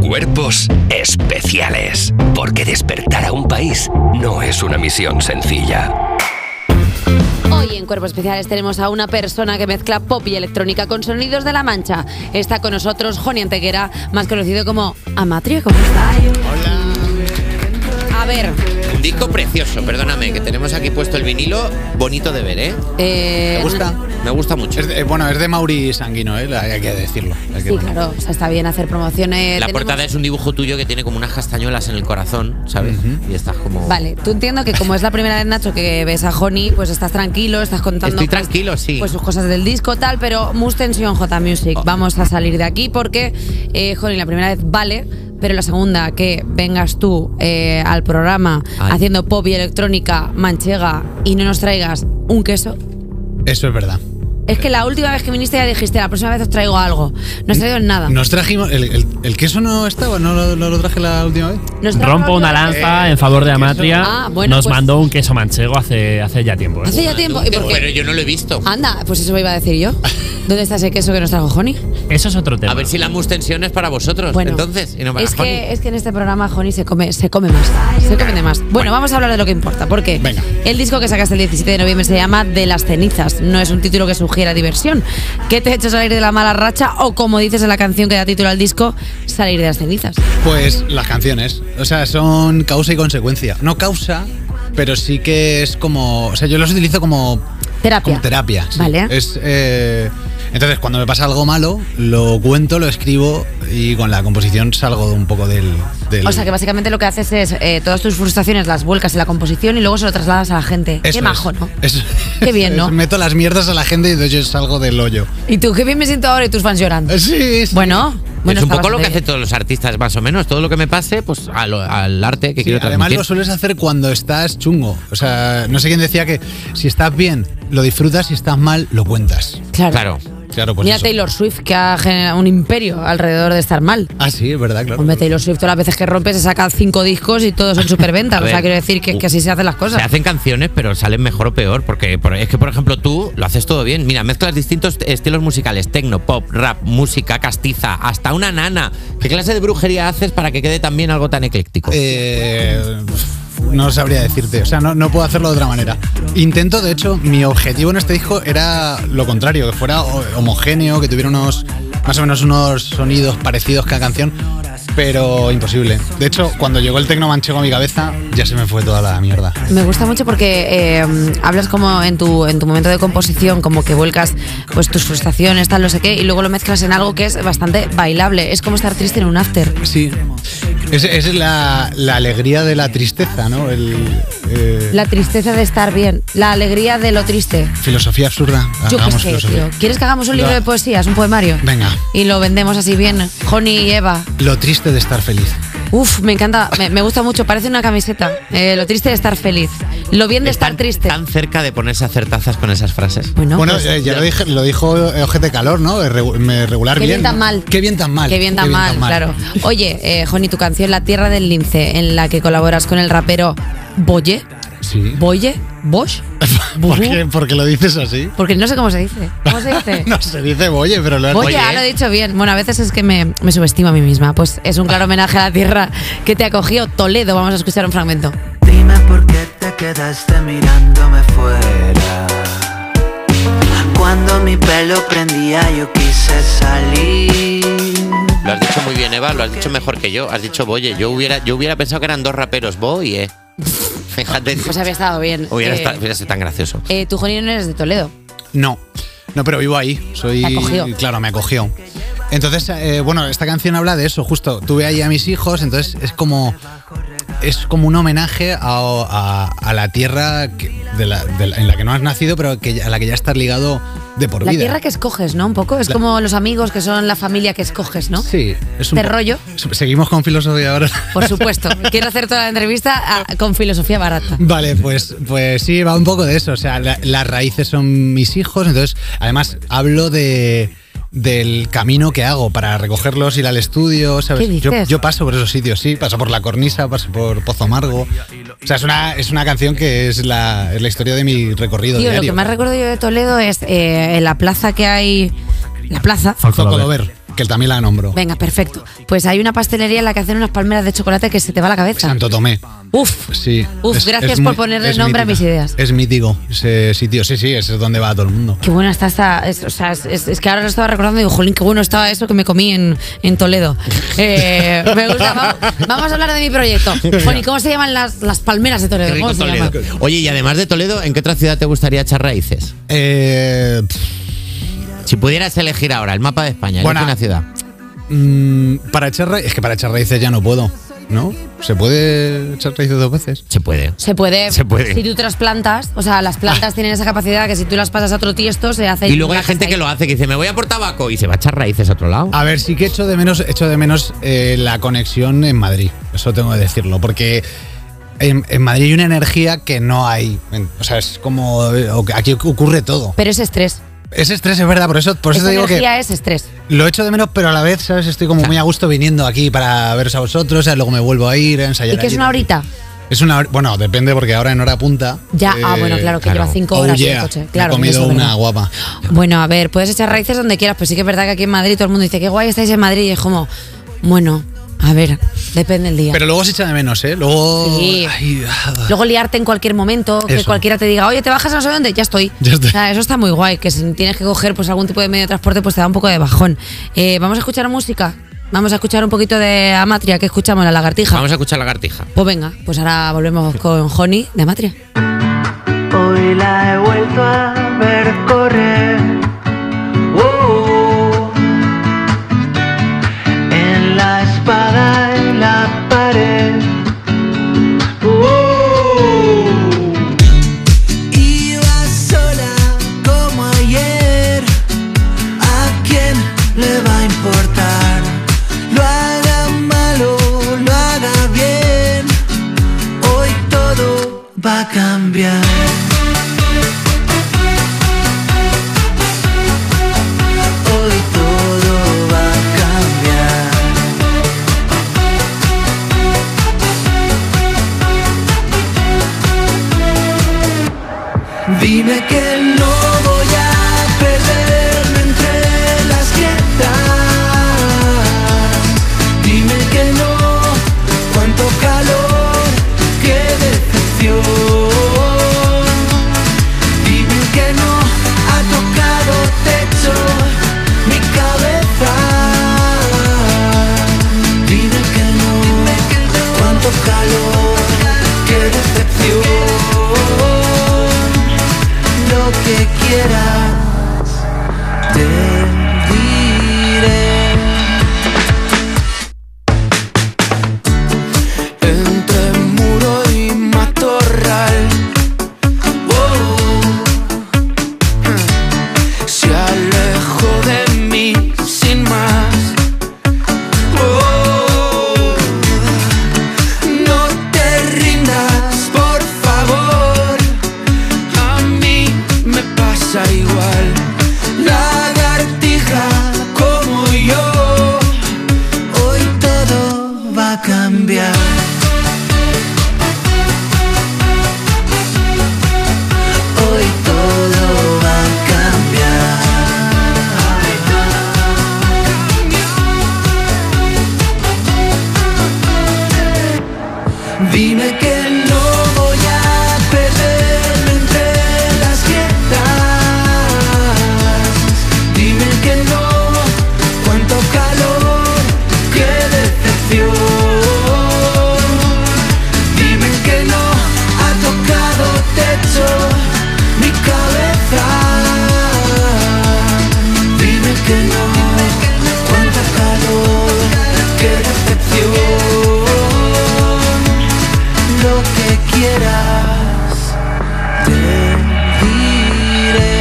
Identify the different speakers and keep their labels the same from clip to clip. Speaker 1: Cuerpos especiales. Porque despertar a un país no es una misión sencilla.
Speaker 2: Hoy en Cuerpos Especiales tenemos a una persona que mezcla pop y electrónica con sonidos de la mancha. Está con nosotros Joni Antequera, más conocido como Amatrio. ¿Cómo está? A ver,
Speaker 3: Un disco precioso, perdóname, que tenemos aquí puesto el vinilo, bonito de ver, ¿eh?
Speaker 2: eh,
Speaker 3: Me gusta, me gusta mucho.
Speaker 4: Es de- eh, bueno, es de Mauri Sanguino, ¿eh? La- hay que decirlo. Hay que
Speaker 2: Sí,
Speaker 4: decirlo.
Speaker 2: claro, o sea, está bien hacer promociones.
Speaker 3: La
Speaker 2: Tenemos-
Speaker 3: portada es un dibujo tuyo que tiene como unas castañuelas en el corazón, ¿sabes? Y estás como...
Speaker 2: Vale, tú entiendo que como es la primera vez, Nacho, que ves a Joni, pues estás tranquilo, estás contando
Speaker 3: Estoy
Speaker 2: pues,
Speaker 3: tranquilo, sí. Ah.
Speaker 2: pues sus cosas del disco, tal, pero mus tensión J Music. Vamos a salir de aquí porque, eh, Joni, la primera vez vale, pero la segunda, que vengas tú eh, al programa
Speaker 3: Ay.
Speaker 2: haciendo pop y electrónica manchega y no nos traigas un queso.
Speaker 4: Eso es verdad.
Speaker 2: Es que la última vez que viniste ya dijiste, la próxima vez os traigo algo. No os traigo nada.
Speaker 4: Nos trajimos. El, el- el queso no estaba, no lo, no lo traje la última vez.
Speaker 2: Nos trajo
Speaker 5: Rompo una
Speaker 2: algo-
Speaker 5: lanza en favor de Amatria.
Speaker 2: Ah, bueno,
Speaker 5: Nos
Speaker 2: pues- ¿Ah,
Speaker 5: mandó un queso manchego hace, hace ya tiempo. ¿eh?
Speaker 2: Hace ya tiempo. ¿Y por qué?
Speaker 3: Pero yo no lo he visto.
Speaker 2: Anda, pues eso me iba a decir yo. ¿Dónde está ese queso que nos trajo Joni?
Speaker 5: Eso es otro tema.
Speaker 3: A ver si la mustensión es para vosotros,
Speaker 2: Bueno,
Speaker 3: entonces. y no para
Speaker 2: es,
Speaker 3: Juani.
Speaker 2: que, es que en este programa Joni se come, se come más. Se come de más. Bueno, vamos a hablar de lo que importa, porque
Speaker 4: Venga.
Speaker 2: el disco que sacaste el 17 de noviembre se llama De las cenizas. No es un título que sugiera diversión. ¿Qué te ha hecho salir de la mala racha? O como dices en la canción que da título al disco, salir de las cenizas.
Speaker 4: Pues las canciones. O sea, son causa y consecuencia. No causa, pero sí que es como. O sea, yo los utilizo como.
Speaker 2: Terapia.
Speaker 4: Como terapia. sí.
Speaker 2: Vale.
Speaker 4: Es, eh, entonces, cuando me pasa algo malo, lo cuento, lo escribo y con la composición salgo un poco del. del-
Speaker 2: O sea que básicamente lo que haces es eh, todas tus frustraciones las vuelcas en la composición y luego se lo trasladas a la gente.
Speaker 4: Eso
Speaker 2: qué
Speaker 4: es.
Speaker 2: majo, ¿no?
Speaker 4: Eso-
Speaker 2: Qué bien,
Speaker 4: eso es.
Speaker 2: ¿no?
Speaker 4: Meto las mierdas a la gente y entonces yo salgo del hoyo.
Speaker 2: Y tú, qué bien me siento ahora y tus fans llorando.
Speaker 4: Sí, sí.
Speaker 2: Bueno, bueno,
Speaker 3: es un
Speaker 2: está
Speaker 3: poco lo que
Speaker 2: bastante
Speaker 3: hacen todos los artistas, más o menos. Todo lo que me pase, pues a lo- al arte que
Speaker 4: Sí,
Speaker 3: quiero
Speaker 4: además
Speaker 3: transmitir.
Speaker 4: lo sueles hacer cuando estás chungo. O sea, no sé quién decía que si estás bien, lo disfrutas, si estás mal, lo cuentas.
Speaker 2: bien. Claro.
Speaker 3: Claro.
Speaker 4: Claro, pues
Speaker 2: Mira
Speaker 4: eso.
Speaker 2: Taylor Swift que ha generado un imperio alrededor de estar mal.
Speaker 4: Ah, sí, es verdad, claro.
Speaker 2: Hombre, Taylor Swift todas las veces que rompe se saca cinco discos y todos son superventas.
Speaker 3: A
Speaker 2: o sea,
Speaker 3: ver,
Speaker 2: quiero decir que, que así se hacen las cosas.
Speaker 3: Se hacen canciones, pero salen mejor o peor. Porque por- es que, por ejemplo, tú lo haces todo bien. Mira, mezclas distintos estilos musicales: tecno, pop, rap, música, castiza, hasta una nana. ¿Qué clase de brujería haces para que quede también algo tan ecléctico?
Speaker 4: Eh, no sabría decirte, o sea, no, no puedo hacerlo de otra manera. Intento, de hecho, mi objetivo en este disco era lo contrario, que fuera ho- homogéneo, que tuviera unos más o menos unos sonidos parecidos cada canción, pero imposible. De hecho, cuando llegó el tecno manchego a mi cabeza, ya se me fue toda la mierda.
Speaker 2: Me gusta mucho porque eh, hablas como en tu, en tu momento de composición, como que vuelcas pues tus frustraciones, tal, no sé qué, y luego lo mezclas en algo que es bastante bailable. Es como estar triste en un after.
Speaker 4: Sí. Es, es la, la alegría de la tristeza, ¿no? El, eh,
Speaker 2: La tristeza de estar bien, la alegría de lo triste.
Speaker 4: Filosofía absurda.
Speaker 2: Yo qué
Speaker 4: Hagamos
Speaker 2: sé,
Speaker 4: filosofía.
Speaker 2: tío. ¿Quieres que hagamos un libro
Speaker 4: No.
Speaker 2: de poesías, un poemario?
Speaker 4: Venga.
Speaker 2: Y lo vendemos así bien, Honey y Eva.
Speaker 4: Lo triste de estar feliz.
Speaker 2: Uf, me encanta, me, me gusta mucho, parece una camiseta. Eh, lo triste de estar feliz, lo bien de estar
Speaker 3: Están
Speaker 2: triste.
Speaker 3: Tan cerca de ponerse a hacer tazas con esas frases.
Speaker 2: Bueno,
Speaker 4: bueno,
Speaker 2: pues,
Speaker 4: eh, ya lo, dije, lo dijo eh, Ojete Calor, ¿no? Eh, regu- me- regular
Speaker 2: Qué bien tan
Speaker 4: ¿no?
Speaker 2: mal.
Speaker 4: Qué bien tan mal.
Speaker 2: qué bien tan mal, claro. Oye, eh, Joni, tu canción La Tierra del Lince, en la que colaboras con el rapero Boye,
Speaker 4: Sí.
Speaker 2: Boye, Bosch,
Speaker 4: ¿Por qué, por qué lo dices así?
Speaker 2: porque no sé cómo se dice. ¿Cómo se dice?
Speaker 4: no ¿eh? se dice oye, pero lo has
Speaker 2: Boye, ah, lo he dicho bien. Bueno, a veces es que me, me subestimo a mí misma. Pues es un claro homenaje a la tierra que te acogió Toledo. Vamos a escuchar un fragmento.
Speaker 6: Dime por qué te quedaste mirándome fuera. Cuando mi pelo prendía yo quise salir.
Speaker 3: Lo has dicho muy bien, Eva, lo has dicho mejor que yo. Has dicho, oye, yo hubiera, yo hubiera pensado que eran dos raperos, voy, eh. Fíjate.
Speaker 2: Pues había estado bien.
Speaker 3: Hubiera,
Speaker 2: Eh,
Speaker 3: esta- hubiera sido tan gracioso.
Speaker 2: eh, tú, Joni, no eres de Toledo.
Speaker 4: No, no, pero vivo ahí. Soy.
Speaker 2: Te acogió.
Speaker 4: Claro, me acogió. Entonces, eh, bueno, esta canción habla de eso, justo. Tuve ahí a mis hijos, entonces es como. Es como un homenaje a, a- a la tierra que- de la- de la- en la que no has nacido, pero que ya- a la que ya estás ligado de por
Speaker 2: La
Speaker 4: vida.
Speaker 2: tierra que escoges, ¿no? Un poco. Es
Speaker 4: La-
Speaker 2: como los amigos que son la familia que escoges, ¿no?
Speaker 4: Sí, es un
Speaker 2: De
Speaker 4: po-
Speaker 2: rollo.
Speaker 4: Seguimos con filosofía ahora.
Speaker 2: Por supuesto. Quiero hacer toda la entrevista a- con filosofía barata.
Speaker 4: Vale, pues, pues sí, va un poco de eso. O sea, la- las raíces son mis hijos, entonces además hablo de del camino que hago para recogerlos, ir al estudio, ¿sabes?
Speaker 2: ¿Qué
Speaker 4: Yo,
Speaker 2: dices?
Speaker 4: yo paso por esos sitios, sí, paso por la cornisa, paso por Pozo Amargo. O sea, es una, es una canción que es la, es la historia de mi recorrido
Speaker 2: Tío, lo
Speaker 4: diario.
Speaker 2: que más recuerdo yo de Toledo es eh, en la plaza que hay. La plaza.
Speaker 5: Zocolover.
Speaker 4: Zocolover. que también la nombro.
Speaker 2: Venga, perfecto. Pues hay una pastelería en la que hacen unas palmeras de chocolate que se te va la cabeza.
Speaker 4: Santo Tomé.
Speaker 2: Uf,
Speaker 4: Sí.
Speaker 2: Uf, gracias por ponerle
Speaker 4: es
Speaker 2: nombre a mis
Speaker 4: mítica.
Speaker 2: ideas.
Speaker 4: Es mítico ese sitio. Sí, sí, ese es donde va todo el mundo.
Speaker 2: qué buena está esta. Es, o sea, es, es- es que ahora lo estaba recordando y digo, jolín, qué bueno estaba eso que me comí en, en Toledo. Eh, me gusta. va- Vamos, a hablar de mi proyecto. Jolín, ¿cómo se llaman las, las palmeras de Toledo?
Speaker 3: Qué rico
Speaker 2: ¿Cómo se
Speaker 3: Toledo.
Speaker 2: llaman?
Speaker 3: Oye, y además de Toledo, ¿en qué otra ciudad te gustaría echar raíces?
Speaker 4: Eh, pff,
Speaker 3: Si pudieras elegir ahora el mapa de España, elige
Speaker 4: Bueno.
Speaker 3: una ciudad.
Speaker 4: mm, para echar raíces. Es que para echar raíces ya no puedo. ¿No? ¿Se puede echar raíces dos veces?
Speaker 3: Se puede.
Speaker 2: Se puede,
Speaker 3: Se puede.
Speaker 2: Si tú trasplantas, o sea, las
Speaker 4: Ah.
Speaker 2: plantas tienen esa capacidad que si tú las pasas a otro tiesto se hace.
Speaker 3: Y luego hay
Speaker 2: la
Speaker 3: gente
Speaker 2: casa
Speaker 3: que
Speaker 2: ahí.
Speaker 3: lo hace, que dice, me voy a por tabaco y se va a echar raíces a otro lado.
Speaker 4: A ver, sí que echo de menos, echo de menos eh, la conexión en Madrid. Eso tengo que decirlo, porque en, en Madrid hay una energía que no hay. En- o sea, es como eh, o- aquí ocurre todo.
Speaker 2: Pero es estrés.
Speaker 4: Ese estrés es verdad, por eso, por eso
Speaker 2: Esa
Speaker 4: te digo que
Speaker 2: energía es estrés.
Speaker 4: lo echo de menos, pero a la vez, sabes, estoy como muy a gusto viniendo aquí para veros a vosotros, ¿sabes? luego me vuelvo a ir a ensayar.
Speaker 2: ¿Y qué es
Speaker 4: allí.
Speaker 2: una horita?
Speaker 4: Es una hor- bueno, depende porque ahora en hora punta.
Speaker 2: Ya, ah,
Speaker 4: eh,
Speaker 2: bueno, claro, que
Speaker 3: claro.
Speaker 2: lleva cinco
Speaker 4: Oh
Speaker 2: horas en
Speaker 4: yeah,
Speaker 2: el coche.
Speaker 4: me he
Speaker 2: Claro,
Speaker 4: comido
Speaker 2: eso
Speaker 4: una
Speaker 2: no.
Speaker 4: guapa.
Speaker 2: Bueno, a ver, puedes echar raíces donde quieras, pero sí que es verdad que aquí en Madrid todo el mundo dice que guay estáis en Madrid y es como, bueno, a ver, depende el día.
Speaker 4: Pero luego se echa de menos, ¿eh? Luego.
Speaker 2: Sí.
Speaker 4: Ay, ah.
Speaker 2: Luego liarte en cualquier momento, que
Speaker 4: Eso.
Speaker 2: cualquiera te diga, oye, te bajas a no sé dónde, ya estoy.
Speaker 4: Ya estoy.
Speaker 2: O sea, eso está muy guay, que si tienes que coger pues algún tipo de medio de transporte, pues te da un poco de bajón. Eh, vamos a escuchar música. Vamos a escuchar un poquito de Amatria, que escuchamos la lagartija.
Speaker 3: Vamos a escuchar lagartija.
Speaker 2: Pues venga, pues ahora volvemos con Honey de Amatria.
Speaker 6: Hoy la he vuelto a ver correr. Oh, en la espada, en la pared. Oh. Iba sola como ayer. ¿A quién le va a importar? Lo haga malo, lo haga bien. Hoy todo va a cambiar. Hoy todo va a cambiar. Dime que no voy a perderme entre las grietas. Dime que no, cuánto calor, qué decepción. Dime que no, ha tocado techo mi cabeza. Dime que no, cuánto calor, qué decepción. Lo que quieras, te diré. entre muro y matorral. Oh. Se alejó de mí sin más. Oh. No te rindas, por favor. A mí me pasa igual. Lagartija como yo. Hoy todo va a cambiar. Hoy todo va a cambiar. Dime que no voy a perderme entre las grietas. Dime que no, cuánto calor, qué decepción. Dime que no, ha tocado techo mi cabeza. Dime que no, cuánto calor, qué decepción. Lo que quieras, te diré.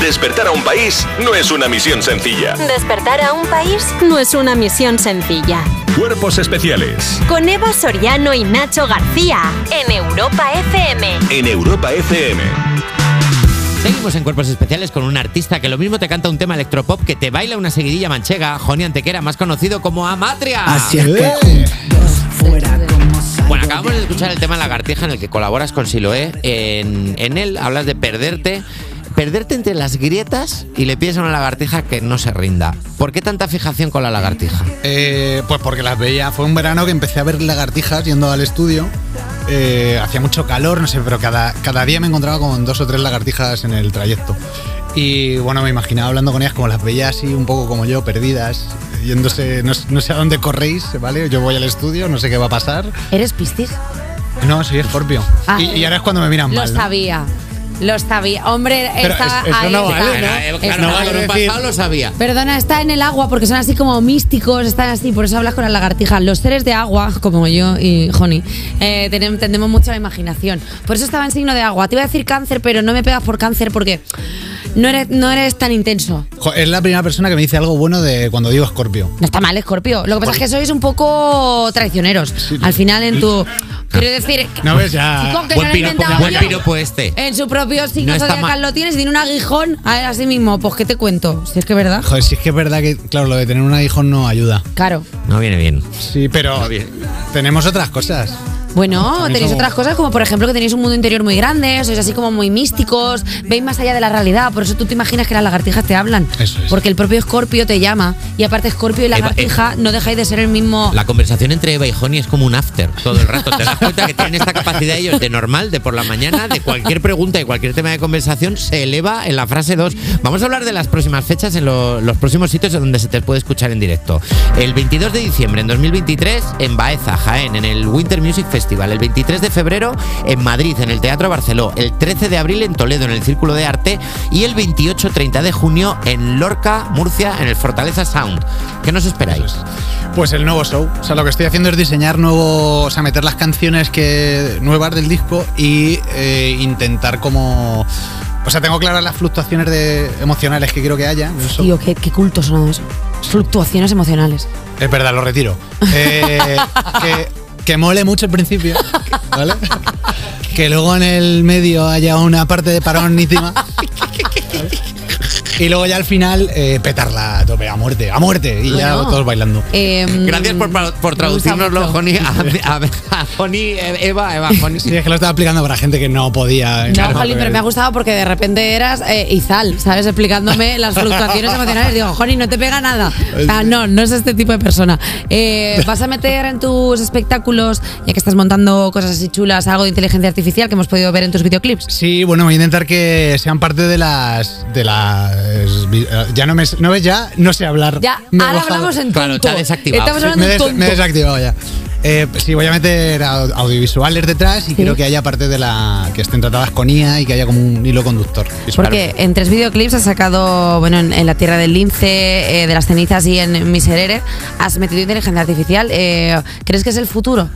Speaker 7: Despertar a un país no es una misión sencilla.
Speaker 8: Despertar a un país no es una misión sencilla.
Speaker 7: Cuerpos especiales
Speaker 8: Con Eva Soriano y Nacho García en Europa FM.
Speaker 7: en Europa FM.
Speaker 3: Seguimos en Cuerpos Especiales con un artista que lo mismo te canta un tema electropop que te baila una seguidilla manchega, Joni Antequera, más conocido como Amatria.
Speaker 4: Eh.
Speaker 3: Bueno, acabamos de escuchar el tema Lagartija en el que colaboras con Siloé. En, en él hablas de perderte. perderte entre las grietas y le pides a una lagartija que no se rinda. ¿Por qué tanta fijación con la lagartija?
Speaker 4: Eh, pues porque las veía. Fue un verano que empecé a ver lagartijas yendo al estudio. Eh, hacía mucho calor, no sé, pero cada, cada día me encontraba con dos o tres lagartijas en el trayecto. Y bueno, me imaginaba hablando con ellas como las veía así, un poco como yo, perdidas, yéndose, no, s- no sé a dónde corréis, ¿vale? Yo voy al estudio, no sé qué va a pasar.
Speaker 2: ¿Eres piscis?
Speaker 4: No, soy escorpio.
Speaker 2: Ah.
Speaker 4: y, y ahora es cuando me miran
Speaker 2: Lo
Speaker 4: mal. ¿no?
Speaker 2: sabía. Lo sabía. Hombre,
Speaker 4: Pero
Speaker 2: estaba
Speaker 4: es- eso
Speaker 2: ahí.
Speaker 4: no
Speaker 2: está.
Speaker 4: vale, ¿no?
Speaker 3: Era, eh, claro,
Speaker 4: no
Speaker 3: era
Speaker 4: vale
Speaker 3: con un
Speaker 4: decir-
Speaker 3: pasado lo sabía.
Speaker 2: Perdona, está en el agua porque son así como místicos, están así, por eso hablas con la lagartija. Los seres de agua, como yo y Joni, eh, tenem- tendemos mucho a la imaginación. Por eso estaba en signo de agua. Te iba a decir cáncer, pero no me pegas por cáncer porque no eres, no eres tan intenso.
Speaker 4: Jo, Es la primera persona que me dice algo bueno de cuando digo escorpio.
Speaker 2: No está mal, Escorpio. Lo que pasa es que sois un poco traicioneros. Al final, en tu. Quiero decir.
Speaker 4: No ves ya.
Speaker 2: Chico, que no lo
Speaker 3: Buen
Speaker 2: he
Speaker 3: piropo,
Speaker 2: inventado
Speaker 3: buen
Speaker 2: yo.
Speaker 3: piropo este.
Speaker 2: En su propio signo
Speaker 3: No está
Speaker 2: zodiacal
Speaker 3: mal.
Speaker 2: lo tienes y tiene un aguijón. A ver, así mismo, pues ¿qué te cuento? Si es que es verdad.
Speaker 4: Joder, si es que es verdad que, claro, lo de tener un aguijón no ayuda.
Speaker 2: Claro.
Speaker 3: No viene bien.
Speaker 4: Sí, pero tenemos otras cosas.
Speaker 2: Bueno,
Speaker 4: También
Speaker 2: tenéis
Speaker 4: somos-
Speaker 2: otras cosas como por ejemplo que tenéis un mundo interior muy grande, sois así como muy místicos, veis más allá de la realidad, por eso tú te imaginas que las lagartijas te hablan.
Speaker 4: Eso es.
Speaker 2: Porque el propio Escorpio te llama y aparte Escorpio y
Speaker 3: Eva,
Speaker 2: lagartija no dejáis de ser el mismo...
Speaker 3: La conversación entre Eva y Joni es como un after todo el rato. Te das cuenta que tienen esta capacidad ellos de normal, de por la mañana, de cualquier pregunta y cualquier tema de conversación, se eleva en la frase 2. Vamos a hablar de las próximas fechas en lo- los próximos sitios donde se te puede escuchar en directo. El 22 de diciembre en 2023 en Baeza, Jaén, en el Winter Music Festival. El 23 de febrero en Madrid, en el Teatro Barceló. El 13 de abril en Toledo, en el Círculo de Arte. Y el 28-30 de junio en Lorca, Murcia, en el Fortaleza Sound. ¿Qué nos esperáis?
Speaker 4: Pues el nuevo show. O sea, lo que estoy haciendo es diseñar nuevo, o sea, meter las canciones que nuevas del disco y eh, intentar como... O sea, tengo claras las fluctuaciones de, emocionales que quiero que haya. en un show.
Speaker 2: Tío, qué, qué culto sonado eso. Fluctuaciones emocionales.
Speaker 4: Es verdad, lo retiro. Eh, que, que mole mucho al principio, ¿vale? Que luego en el medio haya una parte de parón íntima. ¿vale? Y luego ya al final eh, petarla a tope, a muerte, a muerte. Y ya
Speaker 2: Bueno.
Speaker 4: todos bailando.
Speaker 2: Eh,
Speaker 3: Gracias por, por- por
Speaker 2: me gusta
Speaker 3: traducirnoslo,
Speaker 2: Mm, mucho.
Speaker 3: Joni. A, a- a Joni, eh, Eva, Eva, Joni.
Speaker 4: Sí, es que lo estaba aplicando para gente que no podía.
Speaker 2: No, Jolín, pero me ha gustado porque de repente eras eh, Izal, ¿sabes? Explicándome las fluctuaciones emocionales. Digo, Joni, no te pega nada. O sea, no, no es este tipo de persona. Eh, ¿Vas a meter en tus espectáculos, ya que estás montando cosas así chulas, algo de inteligencia artificial que hemos podido ver en tus videoclips?
Speaker 4: Sí, bueno, voy a intentar que sean parte de las. de las. vi- eh, Ya no me. ¿No ves ya? No sé hablar.
Speaker 2: Ya,
Speaker 4: Me he
Speaker 2: ahora
Speaker 4: bajado.
Speaker 2: hablamos en tonto.
Speaker 3: Claro, te ha desactivado.
Speaker 2: Estamos
Speaker 3: Sí,
Speaker 2: hablando
Speaker 4: me,
Speaker 2: en
Speaker 4: des-
Speaker 2: tonto.
Speaker 4: me he desactivado ya. Eh, sí, voy a meter au- audiovisuales detrás y quiero que haya parte de la. que estén tratadas con IA y que haya como un hilo conductor. visual.
Speaker 2: Porque en tres videoclips has sacado, bueno, en, en La Tierra del Lince, eh, de las cenizas y en Miserere, has metido inteligencia artificial. Eh, ¿Crees que es el futuro?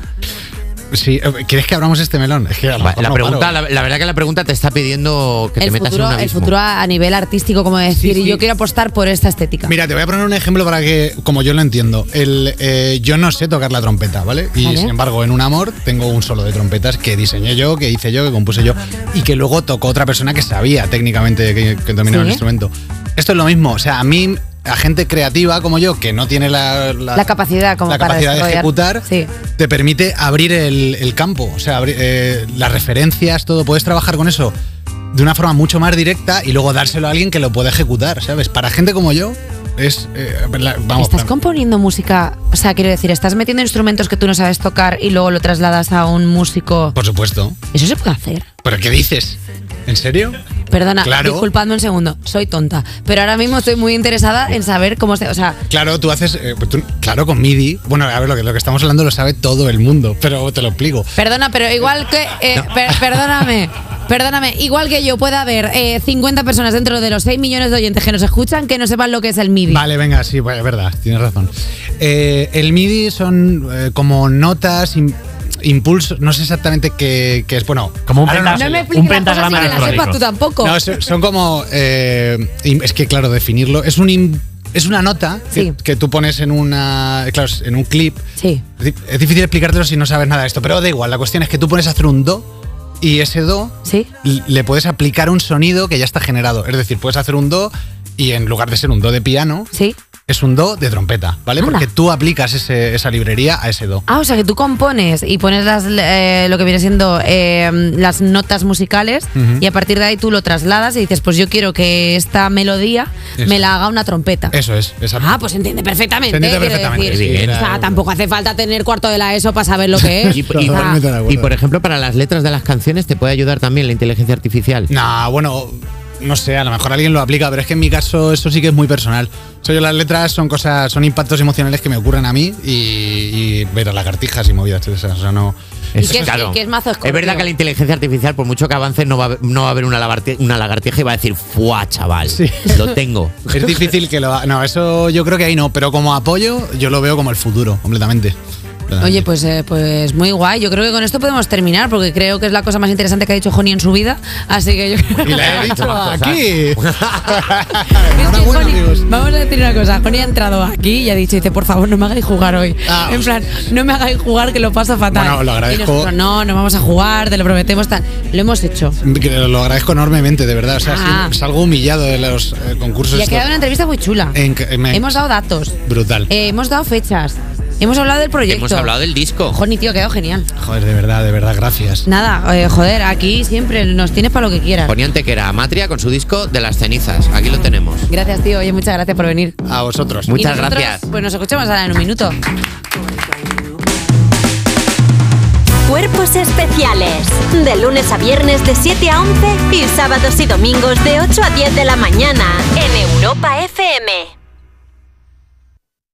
Speaker 4: Sí, eh, ¿quieres que abramos este melón? Es que a lo
Speaker 3: Va,
Speaker 4: mejor
Speaker 3: La,
Speaker 4: no
Speaker 3: pregunta,
Speaker 4: paro.
Speaker 3: la, la verdad que la pregunta te está pidiendo que te
Speaker 2: el
Speaker 3: metas
Speaker 2: futuro,
Speaker 3: en un
Speaker 2: el
Speaker 3: abismo.
Speaker 2: futuro a a nivel artístico, como decir,
Speaker 4: Sí,
Speaker 2: y yo
Speaker 4: sí.
Speaker 2: quiero apostar por esta estética.
Speaker 4: Mira, te voy a poner un ejemplo para que, como yo lo entiendo, el, eh, yo no sé tocar la trompeta, ¿vale? Y
Speaker 2: Vale.
Speaker 4: sin embargo, en Un Amor tengo un solo de trompetas que diseñé yo, que hice yo, que compuse yo y que luego tocó otra persona que sabía técnicamente que, que dominaba
Speaker 2: Sí.
Speaker 4: el instrumento. Esto es lo mismo, o sea, a mí, a gente creativa como yo, que no tiene la,
Speaker 2: La capacidad como
Speaker 4: la
Speaker 2: para
Speaker 4: capacidad de
Speaker 2: desarrollar.
Speaker 4: ejecutar,
Speaker 2: Sí.
Speaker 4: te permite abrir el, el campo, o sea, abrir, eh, las referencias, todo, puedes trabajar con eso de una forma mucho más directa y luego dárselo a alguien que lo pueda ejecutar, ¿sabes? Para gente como yo es eh, la- vamos,
Speaker 2: ¿Estás
Speaker 4: plan-
Speaker 2: componiendo música? O sea, quiero decir, ¿estás metiendo instrumentos que tú no sabes tocar y luego lo trasladas a un músico?
Speaker 4: por supuesto.
Speaker 2: ¿Eso se puede hacer?
Speaker 4: ¿Pero qué dices? ¿En serio?
Speaker 2: Perdona,
Speaker 4: Claro.
Speaker 2: disculpadme un segundo, soy tonta. Pero ahora mismo estoy muy interesada en saber cómo se. O sea,
Speaker 4: Claro, tú haces eh, tú- claro con MIDI. Bueno, a ver, lo que, lo que estamos hablando lo sabe todo el mundo, pero te lo explico.
Speaker 2: Perdona, pero igual que. eh, per- perdóname. Perdóname, igual que yo pueda haber eh, 50 personas dentro de los 6 millones de oyentes que nos escuchan que no sepan lo que es el MIDI.
Speaker 4: Vale, venga, sí, pues, es verdad, tienes razón. Eh, el MIDI son eh, como notas, im- impulsos, no sé exactamente qué, qué es, bueno,
Speaker 5: Como un
Speaker 4: ahora
Speaker 5: pentagrama.
Speaker 4: sé
Speaker 2: No me
Speaker 4: yo.
Speaker 2: expliques
Speaker 5: Un
Speaker 2: las cosas
Speaker 5: pentagrama
Speaker 2: sin que las sepas
Speaker 5: electrónico.
Speaker 2: tú tampoco.
Speaker 4: No, son, son como. eh, im- es que, claro, definirlo. Es un. im- Es una nota que,
Speaker 2: Sí.
Speaker 4: que tú pones en una. Claro, en un clip.
Speaker 2: Sí.
Speaker 4: Es di- Es difícil explicártelo si no sabes nada de esto, pero da igual. La cuestión es que tú pones a hacer un do y ese do
Speaker 2: Sí.
Speaker 4: l- le puedes aplicar un sonido que ya está generado. Es decir, puedes hacer un do y en lugar de ser un do de piano,
Speaker 2: Sí.
Speaker 4: es un do de trompeta, ¿vale?
Speaker 2: Anda.
Speaker 4: Porque tú aplicas ese- esa librería a ese do.
Speaker 2: Ah, o sea que tú compones y pones las, eh, lo que viene siendo eh, las notas musicales y a partir de ahí tú lo trasladas y dices, pues yo quiero que esta melodía
Speaker 4: Eso.
Speaker 2: me la haga una trompeta.
Speaker 4: Eso es, exacto.
Speaker 2: Ah, pues se entiende perfectamente.
Speaker 4: Se entiende
Speaker 2: quiero
Speaker 4: perfectamente,
Speaker 2: decir.
Speaker 3: sí,
Speaker 2: o sea,
Speaker 4: era-
Speaker 2: tampoco hace falta tener cuarto de la ESO para saber lo que es.
Speaker 3: Y- y-
Speaker 2: O sea,
Speaker 4: Totalmente de acuerdo.
Speaker 3: Y por ejemplo, para las letras de las canciones te puede ayudar también la inteligencia artificial.
Speaker 4: Nah, bueno, no sé, a lo mejor alguien lo aplica, pero es que en mi caso eso sí que es muy personal. Soy yo las letras son cosas, son impactos emocionales que me ocurren a mí y, y ver a lagartijas y movidas de esas, o sea, no.
Speaker 2: Y que es- y que es mazo escorpio.
Speaker 3: verdad que la inteligencia artificial, por mucho que avance, no va, a haber- no va a haber una, lagarti- una lagartija y va a decir, ¡fuá, chaval! Lo tengo.
Speaker 4: Es difícil que lo ha- No, eso yo creo que ahí no, pero como apoyo yo lo veo como el futuro, completamente.
Speaker 2: Oye, pues, eh, pues muy guay. Yo creo que con esto podemos terminar porque creo que es la cosa más interesante que ha dicho Joni en su vida. Así que yo creo
Speaker 4: Y la he
Speaker 2: que-
Speaker 4: dicho
Speaker 3: Cosas.
Speaker 4: aquí.
Speaker 2: Es que
Speaker 4: Enhorabuena,
Speaker 2: Joni-
Speaker 4: amigos.
Speaker 2: vamos a decir una cosa. Joni ha entrado aquí y ha dicho, dice, por favor, no me hagáis jugar hoy.
Speaker 4: Ah,
Speaker 2: en plan, no me hagáis jugar que lo paso fatal.
Speaker 4: Bueno, lo agradezco.
Speaker 2: Y nosotros, no, no vamos a jugar, te lo prometemos. Tal. Lo hemos hecho.
Speaker 4: Que Lo agradezco enormemente, de verdad. O sea,
Speaker 2: Ah.
Speaker 4: sí, salgo humillado de los eh, concursos.
Speaker 2: Y ha quedado una entrevista muy chula.
Speaker 4: En que- en-
Speaker 2: Hemos dado datos.
Speaker 4: Brutal.
Speaker 2: Eh, hemos dado fechas. Hemos hablado del proyecto.
Speaker 3: Hemos hablado del disco.
Speaker 2: Joni, tío, ha quedado genial.
Speaker 4: Joder, de verdad, de verdad, gracias.
Speaker 2: Nada, eh, joder, aquí siempre nos tienes para lo que quieras.
Speaker 3: Poniente que era Amatria con su disco de las cenizas. Aquí lo tenemos.
Speaker 2: Gracias, tío. Oye, muchas gracias por venir.
Speaker 4: A vosotros.
Speaker 3: Muchas
Speaker 2: Y nosotros,
Speaker 3: gracias.
Speaker 2: Pues nos escuchamos ahora en un minuto.
Speaker 8: Cuerpos especiales. De lunes a viernes de 7 a 11 y sábados y domingos de 8 a 10 de la mañana en Europa FM.